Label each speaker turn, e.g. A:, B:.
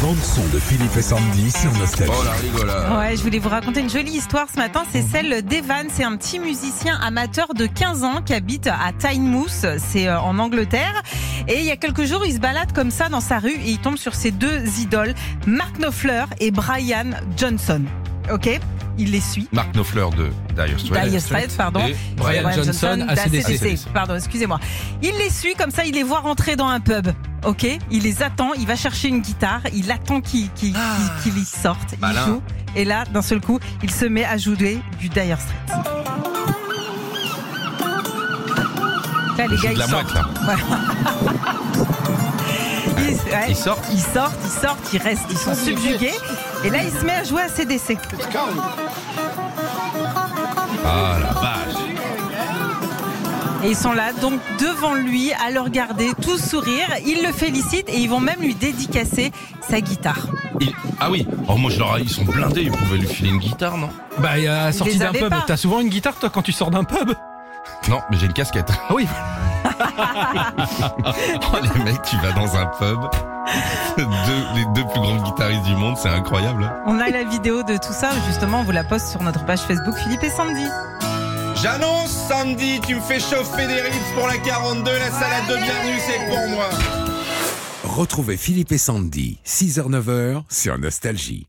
A: bande-son de Philippe et Sandy sur Nostalgie.
B: Oh la rigolade
C: Ouais, je voulais vous raconter une jolie histoire ce matin. C'est celle d'Evan. C'est un petit musicien amateur de 15 ans qui habite à Tynemouth. C'est euh, en Angleterre. Et il y a quelques jours, il se balade comme ça dans sa rue et il tombe sur ses deux idoles, Mark Knopfler et Brian Johnson. Ok Il les suit.
B: Marc Knopfler de Dire Straits.
C: Dire Straits, pardon.
B: Et
D: Brian Johnson, ACDC.
C: Pardon, excusez-moi. Il les suit comme ça, il les voit rentrer dans un pub. Ok, il les attend, il va chercher une guitare, il attend qu'ils qu'ils-
B: Ah.
C: qu'ils- qu'ils y sortent,
B: Malin.
C: il joue. Et là, d'un seul coup, il se met à jouer du Dire Straits. Là, les
B: joue
C: gars,
B: de la
C: ils sortent.
B: mouette, là.
C: Voilà. Ils, ouais,
B: Ils sortent
C: ils sortent, ils sortent, ils restent, ils sont subjugués. Et là, il se met à jouer à CDC.
B: Ah la vache
C: Et ils sont là, donc devant lui, à le regarder, tous sourire. Ils le félicitent et ils vont même lui dédicacer sa guitare.
B: Il- Ah oui Oh moi je leur ai- Ils sont blindés, ils pouvaient lui filer une guitare, non
D: Bah, il y a sortie
C: les
D: d'un
C: avait
D: pub.
C: pas.
D: T'as souvent une guitare, toi, quand tu sors d'un pub
B: Non, mais j'ai une casquette.
D: Ah oui.
B: Oh les mecs, tu vas dans un pub. Deux- les deux plus grandes guitaristes du monde, c'est incroyable. hein.
C: On a la vidéo de tout ça, justement, on vous la poste sur notre page Facebook Philippe et Sandy.
E: J'annonce, Sandy, tu me fais chauffer des rips pour la 42, la salade de bienvenue, c'est pour moi.
A: Retrouvez Philippe et Sandy, 6h-9h sur Nostalgie.